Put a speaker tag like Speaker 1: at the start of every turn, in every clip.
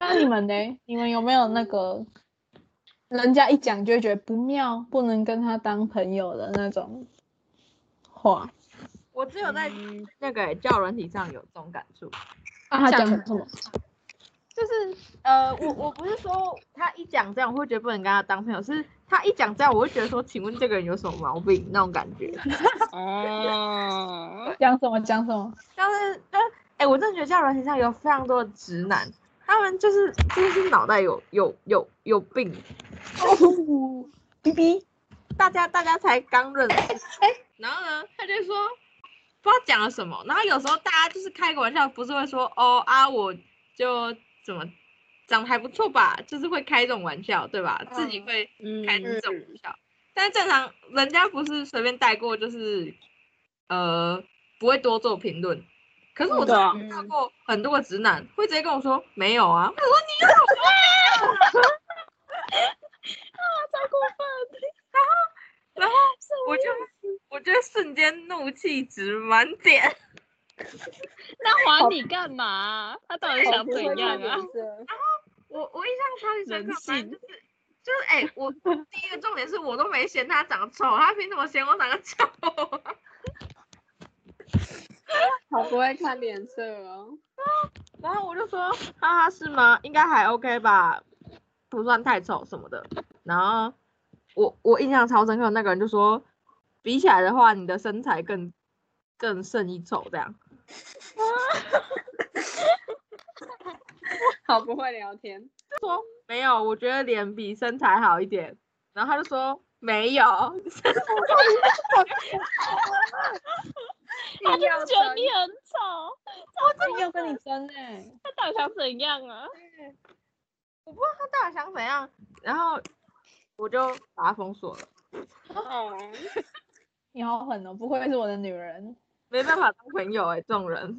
Speaker 1: 那你们呢？你们有没有那个人家一讲就会觉得不妙，不能跟他当朋友的那种话？
Speaker 2: 我只有在
Speaker 3: 嗯
Speaker 2: 那个交友软体上有这种感触，
Speaker 1: 啊，他
Speaker 3: 像
Speaker 1: 讲什么？
Speaker 2: 就是呃，我我不是说他一讲这样我会觉得不能跟他当朋友，是他一讲这样我会觉得说，请问这个人有什么毛病那种感觉。
Speaker 3: 哦，
Speaker 1: 讲什么？讲什 么？
Speaker 2: 但是但是哎、我真的觉得交友软体上有非常多的直男，他们就是真的是脑袋有有有有病，
Speaker 1: 哦，B B，
Speaker 2: 大家大家才刚认识，然后呢，他就说不知道讲了什么，然后有时候大家就是开个玩笑，不是会说哦啊，我就怎么长得还不错吧，就是会开这种玩笑，对吧？自己
Speaker 1: 嗯
Speaker 2: 会
Speaker 3: 嗯
Speaker 2: 开这种玩笑，但是正常人家不是随便带过，就是呃不会多做评论。可是我真
Speaker 3: 对啊
Speaker 2: 的遇到过很多个直男，会直接跟我说没有啊，我说你 有啊，啊，太过分！然后，然后我就我就瞬间怒气值满点。
Speaker 3: 那还你干嘛啊、他到底想怎样啊？
Speaker 2: 我我印象超级深刻
Speaker 3: 人，
Speaker 2: 反正
Speaker 3: 性
Speaker 2: 就是就是哎、我 第一个重点是我都没嫌他长得丑，他凭什么嫌我长得丑啊？
Speaker 4: 好不会看脸色哦。
Speaker 2: 然后我就说，哈哈，是吗？应该还 OK 吧，不算太丑什么的。然后我我印象超深刻，那个人就说，比起来的话，你的身材更更胜一筹这样。
Speaker 4: 好不会聊天，
Speaker 2: 没有，我觉得脸比身材好一点。然后他就说没有，
Speaker 3: 他就觉
Speaker 4: 要
Speaker 3: 得
Speaker 4: 争
Speaker 3: 你很丑，
Speaker 1: 他要跟你争哎、
Speaker 3: 他到底想怎样啊？
Speaker 2: 他到底想怎样？然后我就把他封锁了，
Speaker 4: 哦，
Speaker 1: 你好狠哦！不愧是我的女人。
Speaker 2: 没办法当朋友哎、这种人。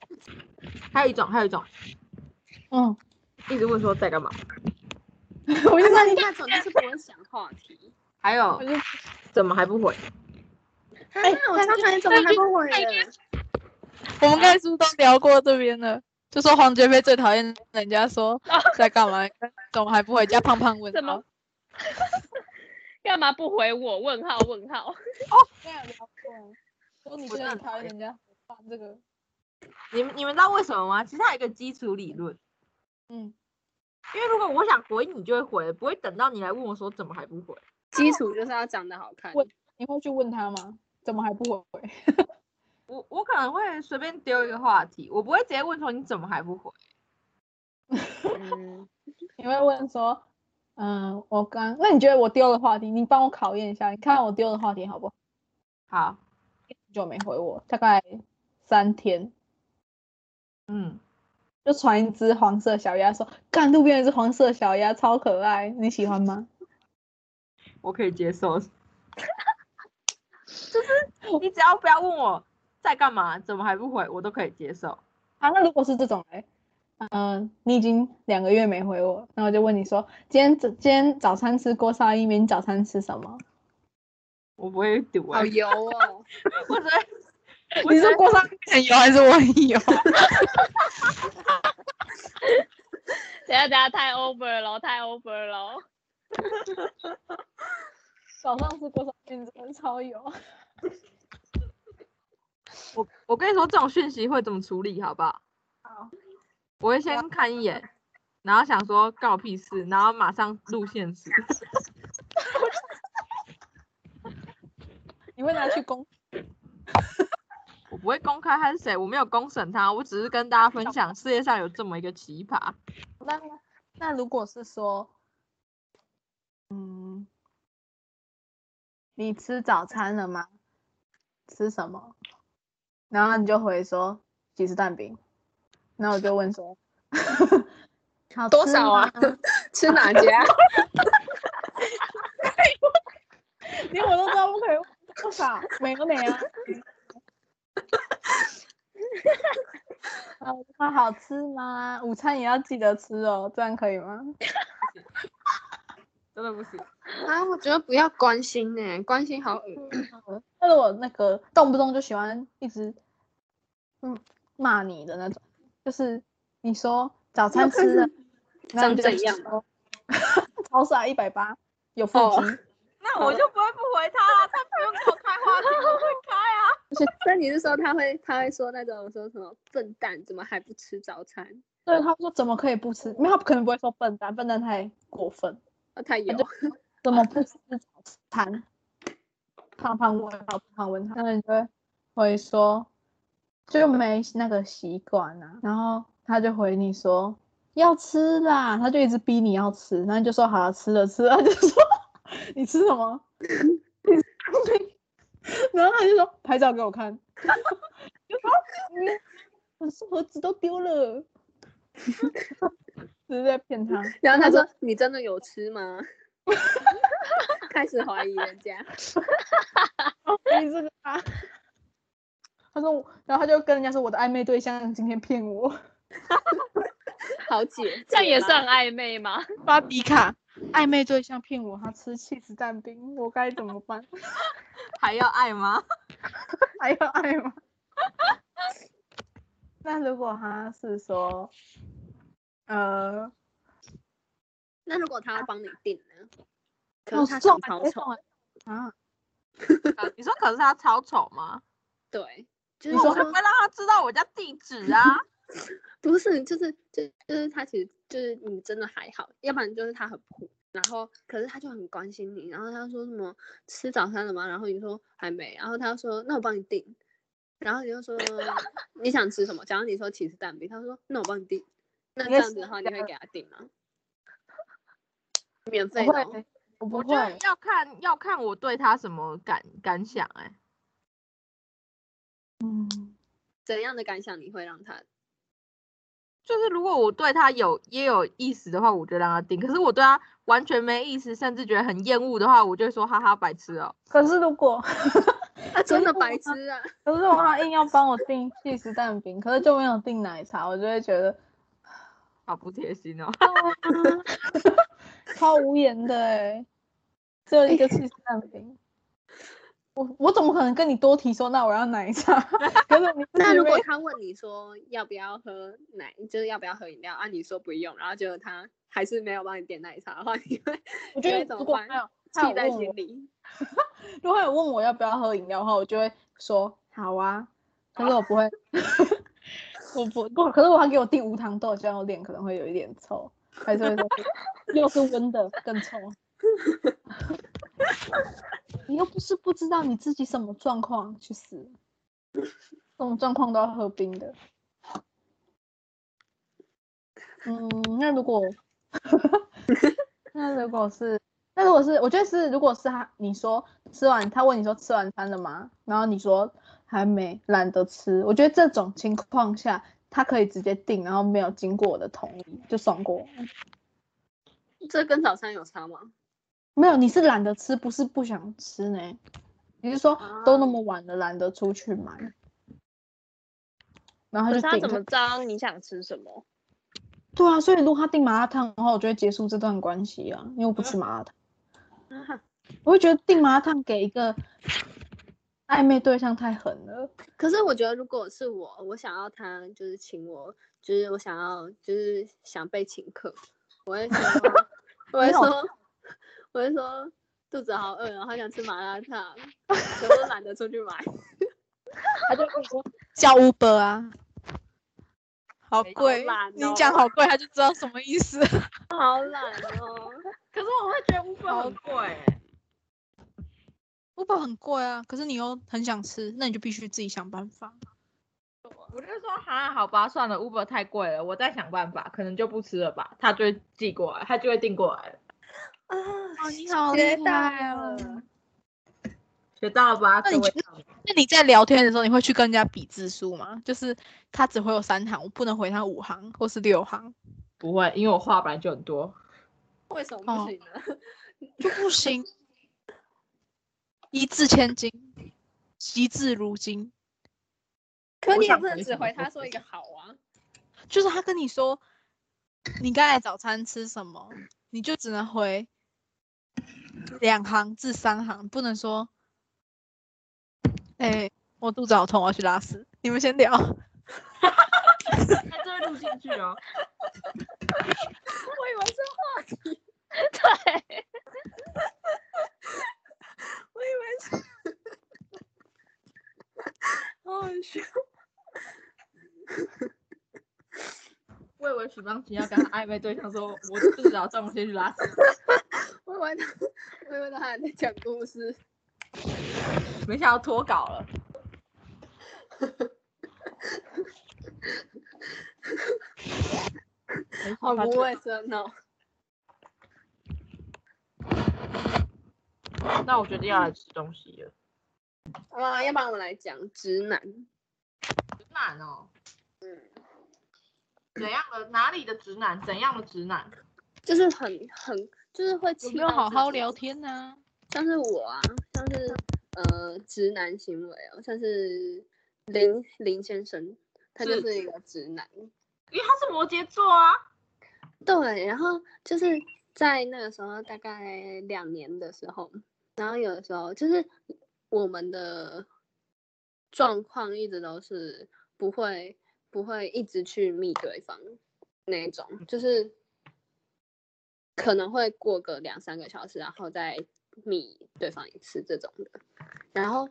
Speaker 2: 还有一种，还有一种，
Speaker 1: 嗯，
Speaker 2: 一直问说在干嘛，
Speaker 1: 我就
Speaker 4: 那
Speaker 1: 让
Speaker 4: 你
Speaker 1: 你，
Speaker 4: 那种就是不会想话题。
Speaker 2: 还有
Speaker 1: 我就
Speaker 2: 怎么还不回？
Speaker 4: 哎，我超讨厌这种还不会的。
Speaker 5: 我们刚才是不是都聊过这边了？就说黄杰飞最讨厌人家说在干嘛，怎么还不回家？胖胖问
Speaker 3: 啊怎么
Speaker 5: 号
Speaker 3: 干嘛不回我？问号问号，
Speaker 1: 这样聊过。说你
Speaker 2: 我
Speaker 1: 真的
Speaker 2: 真的
Speaker 1: 很讨厌人
Speaker 2: 很
Speaker 1: 家犯这个，
Speaker 2: 你们你们知道为什么吗？其实它有一个基础理论，
Speaker 1: 嗯，
Speaker 2: 因为如果我想回你就会回，不会等到你来问我说怎么还不回。
Speaker 4: 基础就是要长得好看。
Speaker 1: 我你会去问他吗？怎么还不回？
Speaker 2: 我我可能会随便丢一个话题，我不会直接问说你怎么还不回。
Speaker 4: 嗯，
Speaker 1: 你会问说，嗯，我刚，那你觉得我丢的话题，你帮我考验一下，你看我丢的话题好不好？
Speaker 2: 好，
Speaker 1: 很久没回我，大概三天，
Speaker 2: 嗯，
Speaker 1: 就传一只黄色小鸭说，干路边有一只黄色小鸭，超可爱，你喜欢吗？
Speaker 2: 我可以接受。 就是你只要不要问我在干嘛，怎么还不回，我都可以接受。
Speaker 1: 啊，那如果是这种嘞，嗯、你已经两个月没回我，那我就问你说，今天今天早餐吃锅烧意面，你早餐吃什么？
Speaker 2: 我不会赌啊、
Speaker 4: 好油哦。
Speaker 2: 我只会
Speaker 1: 你是锅烧
Speaker 5: 很油还是我很油？
Speaker 3: 等下等下太 over 了，太 over 了。
Speaker 1: 早上吃锅烧意面，真的超油。
Speaker 2: 我我跟你说，这种讯息会怎么处理，好不好？
Speaker 1: 好，
Speaker 2: 我会先看一眼，然后想说干我屁事，然后马上录现实。
Speaker 1: 你会拿去公
Speaker 2: 我不会公开他是谁，我没有公审他，我只是跟大家分享世界上有这么一个奇葩。
Speaker 1: 那那如果是说，嗯，你吃早餐了吗？吃什么？然后你就回说起司蛋饼，然后我就问说， 好
Speaker 4: 多
Speaker 1: 吃
Speaker 4: 少啊
Speaker 1: 吗？
Speaker 4: 吃 哪家？
Speaker 1: 连我都知道不可以问多少，美不美啊？啊，那好吃吗？午餐也要记得吃哦，这样可以吗？
Speaker 2: 真的不行，
Speaker 4: 啊，我觉得不要关心呢、关心好恶。
Speaker 1: 但是我那个动不动就喜欢一直嗯骂你的那种，就是你说早餐吃 的，然后
Speaker 4: 长
Speaker 1: 你就
Speaker 4: 怎样吧？
Speaker 1: 超傻一百八，有腹
Speaker 4: 哦
Speaker 1: 肌，
Speaker 2: 那我就不会不回他啊，他不用给我开话题，我会开啊。
Speaker 4: 那你是说他会他会说那种说什么笨蛋怎么还不吃早餐？
Speaker 1: 对，他说怎么可以不吃？没有，他可能不会说笨蛋，笨蛋太过分，
Speaker 4: 哦，他有
Speaker 1: 就怎么不吃早餐？胖胖问他，胖胖问他，那你就会回说就没那个习惯啊，然后他就回你说要吃啦，他就一直逼你要吃，然后你就说好了，吃了吃了，他就说 你吃什么？ 你吃东西然后他就说拍照给我看， 就说嗯我说盒子都丢了， 直接骗他。
Speaker 4: 然后他说你真的有吃吗？ 开始怀疑人家，
Speaker 1: 你这个啊。他说我，然后他就跟人家说我的暧昧对象今天骗我，
Speaker 4: 好姐，
Speaker 3: 这样也
Speaker 4: 算。
Speaker 3: 算暧昧吗？
Speaker 1: 发比卡暧昧对象骗我，他吃气死蛋饼，我该怎么办？
Speaker 2: 还要爱吗？
Speaker 1: 还要爱吗？那如果他是说，呃，
Speaker 4: 那如果他要帮你订呢？可
Speaker 1: 我
Speaker 4: 是他长超丑，
Speaker 1: 啊，
Speaker 2: 你说可是他超丑吗？
Speaker 4: 对，就
Speaker 1: 你
Speaker 2: 那
Speaker 4: 是
Speaker 1: 说
Speaker 2: 我就不会让他知道我家地址啊。
Speaker 4: 不是，就是就就是他其实就是你真的还好，要不然就是他很苦，然后可是他就很关心你，然后他说什么吃早餐了吗？然后你说还没，然后他说那我帮你订，然后你就说你想吃什么？假如你说起司蛋饼，他说那我帮你订，那
Speaker 1: 你
Speaker 4: 这
Speaker 1: 也
Speaker 4: 样子
Speaker 1: 是
Speaker 4: 的话你
Speaker 1: 这
Speaker 4: 会
Speaker 1: 样
Speaker 4: 给他订吗？免
Speaker 1: 不
Speaker 4: 费的哦、
Speaker 1: 会，我不
Speaker 2: 我觉得
Speaker 1: 会，
Speaker 2: 要看要看我对他什么感感想哎、
Speaker 1: 嗯，
Speaker 4: 怎样的感想你会让他？
Speaker 2: 就是如果我对他有也有意思的话，我就让他订；可是我对他完全没意思，甚至觉得很厌恶的话，我就会说哈哈白痴哦。
Speaker 1: 可是如 果，
Speaker 4: 啊，真的
Speaker 1: 如
Speaker 4: 白
Speaker 1: 果他
Speaker 4: 痴啊！
Speaker 1: 可是如果他硬要帮我订气死蛋饼，可是就没有订奶茶，我就会觉得
Speaker 2: 好不贴心哦，
Speaker 1: 超无言的哎、只有一
Speaker 4: 哎
Speaker 1: 个气势蛋饼。我我怎么可能跟你多提说？那我要奶茶。 可是你自
Speaker 4: 那
Speaker 1: 己
Speaker 4: 如果
Speaker 1: 没
Speaker 4: 他问你说要不要喝奶，就是要不要喝饮料啊？你说不用，然后结果他还是没有帮你点奶茶的话，你会
Speaker 1: 我觉得
Speaker 4: 你会怎
Speaker 1: 如
Speaker 4: 么
Speaker 1: 果
Speaker 4: 办
Speaker 1: 他有他
Speaker 4: 记
Speaker 1: 有
Speaker 4: 在
Speaker 1: 问
Speaker 4: 心
Speaker 1: 我，
Speaker 4: 里。
Speaker 1: 如果他有问我要不要喝饮料的话，我就会说好啊。可是我不会， 我不不，可是我还给我订无糖豆，这样我脸可能会有一点臭，还是会说又是温的更臭。 你又不是不知道你自己什么状况，去死！这种状况都要喝冰的。嗯，那如果， 那如果是，那如果是，我觉得是，如果是他，你说吃完，他问你说吃完餐了吗？然后你说还没，懒得吃。我觉得这种情况下，他可以直接订，然后没有经过我的同意就送过我。
Speaker 4: 这跟早餐有差吗？
Speaker 1: 没有，你是懒得吃，不是不想吃呢。你是说都那么晚了，懒得出去买？然后
Speaker 3: 可
Speaker 1: 他就订
Speaker 3: 是他怎么知道你想吃什么？
Speaker 1: 对啊，所以如果他订麻辣烫的话，我就会结束这段关系啊，因为我不吃
Speaker 3: 嗯
Speaker 1: 麻辣烫。我会觉得订麻辣烫给一个暧昧对象太狠了。
Speaker 4: 可是我觉得，如果是我，我想要他就是请我，就是我想要就是想被请客，我 会说，我会
Speaker 1: 没有
Speaker 4: 说，我会说肚子好饿，然后好想吃麻辣烫，可是我懒得出去买。
Speaker 1: 他就跟你说，
Speaker 5: 叫 Uber 啊，好
Speaker 2: 好
Speaker 5: 贵，
Speaker 4: 懒
Speaker 5: 你
Speaker 4: 哦
Speaker 5: 讲好贵，他就知道什么意思。
Speaker 4: 好懒 哦，
Speaker 2: 可是我会觉得乌龟很贵、欸
Speaker 5: Uber 很贵啊，可是你又很想吃，那你就必须自己想办法。
Speaker 2: 我就说哈，好吧，算了，Uber 太贵了，我再想办法，可能就不吃了吧。他就会寄过来，他就会订过来了。
Speaker 5: 哦，你好哦
Speaker 4: 学到啊了。
Speaker 2: 学到了吧？
Speaker 5: 那
Speaker 2: 各
Speaker 5: 你
Speaker 2: 位
Speaker 5: 觉那你在聊天的时候，你会去跟人家比字数吗？就是他只会有三行，我不能回他五行或是六行，
Speaker 2: 不会，因为我话本来就很多。
Speaker 4: 为什么
Speaker 5: 哦
Speaker 4: 不行呢？
Speaker 5: 就不 行。一字千金，惜字如金。
Speaker 4: 可
Speaker 2: 我
Speaker 4: 你也
Speaker 2: 想
Speaker 4: 不能
Speaker 2: 回
Speaker 4: 只
Speaker 2: 什么
Speaker 4: 回
Speaker 2: 就
Speaker 4: 他
Speaker 2: 回
Speaker 4: 说一个好啊，
Speaker 5: 就是他跟你说你刚才早餐吃什么，你就只能回两行至三行，不能说，哎、我肚子好痛，我要去拉屎。你们先聊，
Speaker 2: 他就会录进去哦。我以为是
Speaker 3: 对，
Speaker 2: 我以为是，好好笑。我以为许邦琪要跟他暧昧对象说，我至少送我先去拉屎，
Speaker 4: 我以为他，我以为他还在讲故事。
Speaker 2: 没想到脱稿 了。
Speaker 4: 好不卫生哦！
Speaker 2: 那我决定要来吃东西了。
Speaker 4: 啊，要不然我们来讲直男，
Speaker 2: 直男哦，嗯，怎样的哪里的直男？怎样的直男？
Speaker 4: 就是很很就是会
Speaker 5: 有
Speaker 4: 气
Speaker 5: 没有
Speaker 4: 到
Speaker 5: 好
Speaker 4: 自
Speaker 5: 好
Speaker 4: 己
Speaker 5: 聊天啊呢、
Speaker 4: 像是我啊，像是呃直男行为哦，像是林林先生，他就是是一个直男。
Speaker 2: 因为他是摩羯座啊。
Speaker 4: 对，然后就是在那个时候，大概两年的时候，然后有的时候就是我们的状况一直都是不会不会一直去密对方那一种，就是可能会过个两三个小时，然后再密对方一次这种的，然后。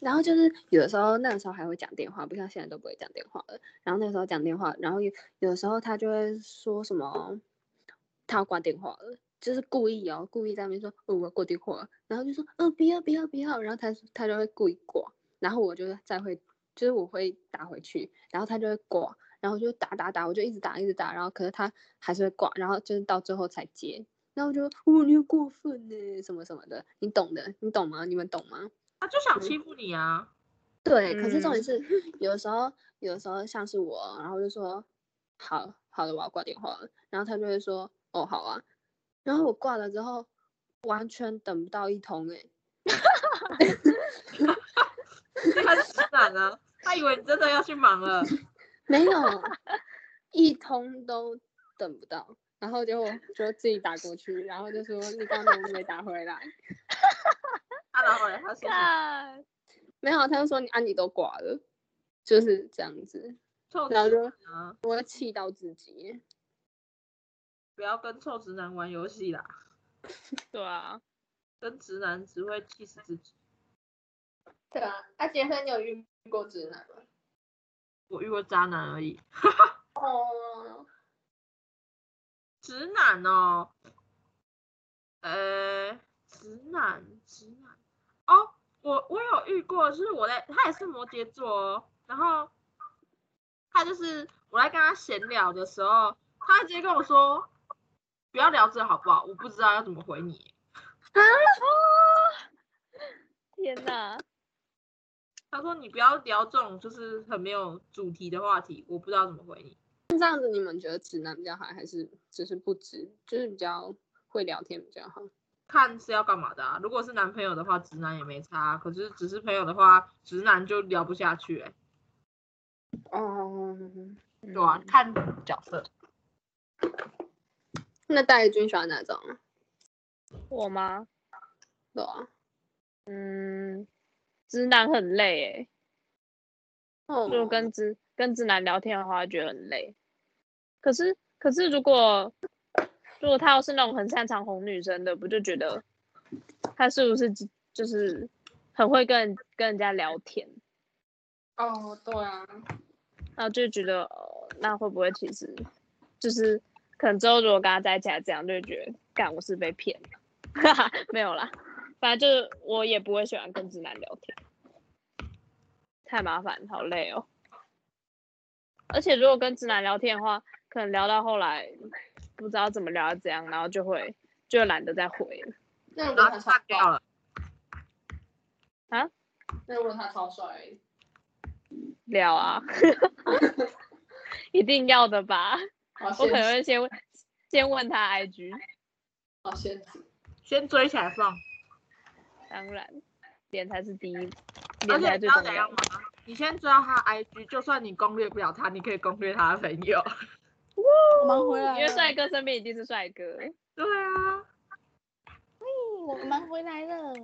Speaker 4: 然后就是有的时候，那个时候还会讲电话，不像现在都不会讲电话了。然后那个时候讲电话，然后有有时候他就会说什么，他要挂电话了，就是故意哦，故意在那边说，哦，我要挂电话了，然后就说，嗯、不要不要不要，然后他他就会故意挂，然后我就再会，就是我会打回去，然后他就会挂，然后我就打打打，我就一直打一直打，然后可是他还是会挂，然后就是到最后才接，然后我就说，哦，你很过分呢，什么什么的，你懂的，你懂吗？你们懂吗？
Speaker 2: 他就想欺负你啊！
Speaker 4: 对，可是重
Speaker 3: 嗯
Speaker 4: 点是，有时候有时候像是我，然后就说好好的，我要挂电话了，然后他就会说哦好啊，然后我挂了之后，完全等不到一通哎、
Speaker 2: 这个直男啊，他以为你真的要去忙了。
Speaker 4: 没 有一通都等不到，然后结果就自己打过去，然后就说你刚刚怎么没打回来？
Speaker 2: 他拿回来，他说
Speaker 3: 看，
Speaker 4: 没有，他就说你啊你都挂了，就是这样子，：“
Speaker 2: 臭直
Speaker 4: 然后就
Speaker 2: 男啊，
Speaker 4: 我会气到自己，欸
Speaker 2: 不要跟臭直男玩游戏啦，
Speaker 3: 对啊，
Speaker 2: 跟直男只会气死自己。
Speaker 4: 对啊，啊杰森你有遇过直男吗？
Speaker 2: 我遇过渣男而已，
Speaker 4: 哦，
Speaker 2: 直男哦，呃，直男，直男哦，我我有遇过，就是我在，他也是摩羯座哦，然后他就是我在跟他闲聊的时候，他直接跟我说，不要聊这好不好？我不知道要怎么回你。
Speaker 3: 天哪，
Speaker 2: 他说你不要聊这种就是很没有主题的话题，我不知道怎么回你。
Speaker 4: 那这样子，你们觉得直男比较好，还是只是不直，就是比较会聊天比较好？
Speaker 2: 看是要干嘛的啊？如果是男朋友的话，直男也没差啊、可是只是朋友的话，直男就聊不下去、欸，
Speaker 4: 哦，
Speaker 2: 对啊，看角色。
Speaker 4: 那戴宇君喜欢哪种啊？
Speaker 3: 我吗？
Speaker 4: 对啊，
Speaker 3: 嗯，直男很累诶、
Speaker 4: 哦
Speaker 3: 就跟直跟直男聊天的话，觉得很累。可是可是如果如果他要是那种很擅长哄女生的，不就觉得他是不是就就是很会跟人跟人家聊天，
Speaker 4: 哦，对啊，
Speaker 3: 然后就觉得、呃、那会不会其实就是可能之后如果跟他在一起还这样，就会觉得干我是被骗了， 哈哈，没有啦，反正就是我也不会喜欢跟直男聊天，太麻烦，好累哦。而且如果跟直男聊天的话，可能聊到后来不知道怎么聊到这样，然后就会就懒得再回了。
Speaker 4: 那如
Speaker 2: 然后
Speaker 3: 啊
Speaker 4: 果他
Speaker 2: 就
Speaker 4: 超
Speaker 2: 散啊掉
Speaker 3: 哦
Speaker 4: 帅，
Speaker 2: 了，
Speaker 4: 那如果他超帅，
Speaker 3: 聊啊， 一定要的吧？
Speaker 4: 好
Speaker 3: 我可能会先
Speaker 4: 先
Speaker 3: 问先问他 IG，
Speaker 4: 好先，
Speaker 2: 先追起来放，
Speaker 3: 当然，脸才是第一，
Speaker 2: 而
Speaker 3: 脸
Speaker 2: 且
Speaker 3: 才
Speaker 2: 你知
Speaker 3: 最
Speaker 2: 道
Speaker 3: 重
Speaker 2: 怎
Speaker 3: 要
Speaker 2: 样吗。？你先追到他的 IG，就算你攻略不了他，你可以攻略他的朋友。
Speaker 1: 我忙回来了，
Speaker 3: 因为帅哥身边一定是帅哥，
Speaker 2: 对啊，
Speaker 1: 我忙回来了，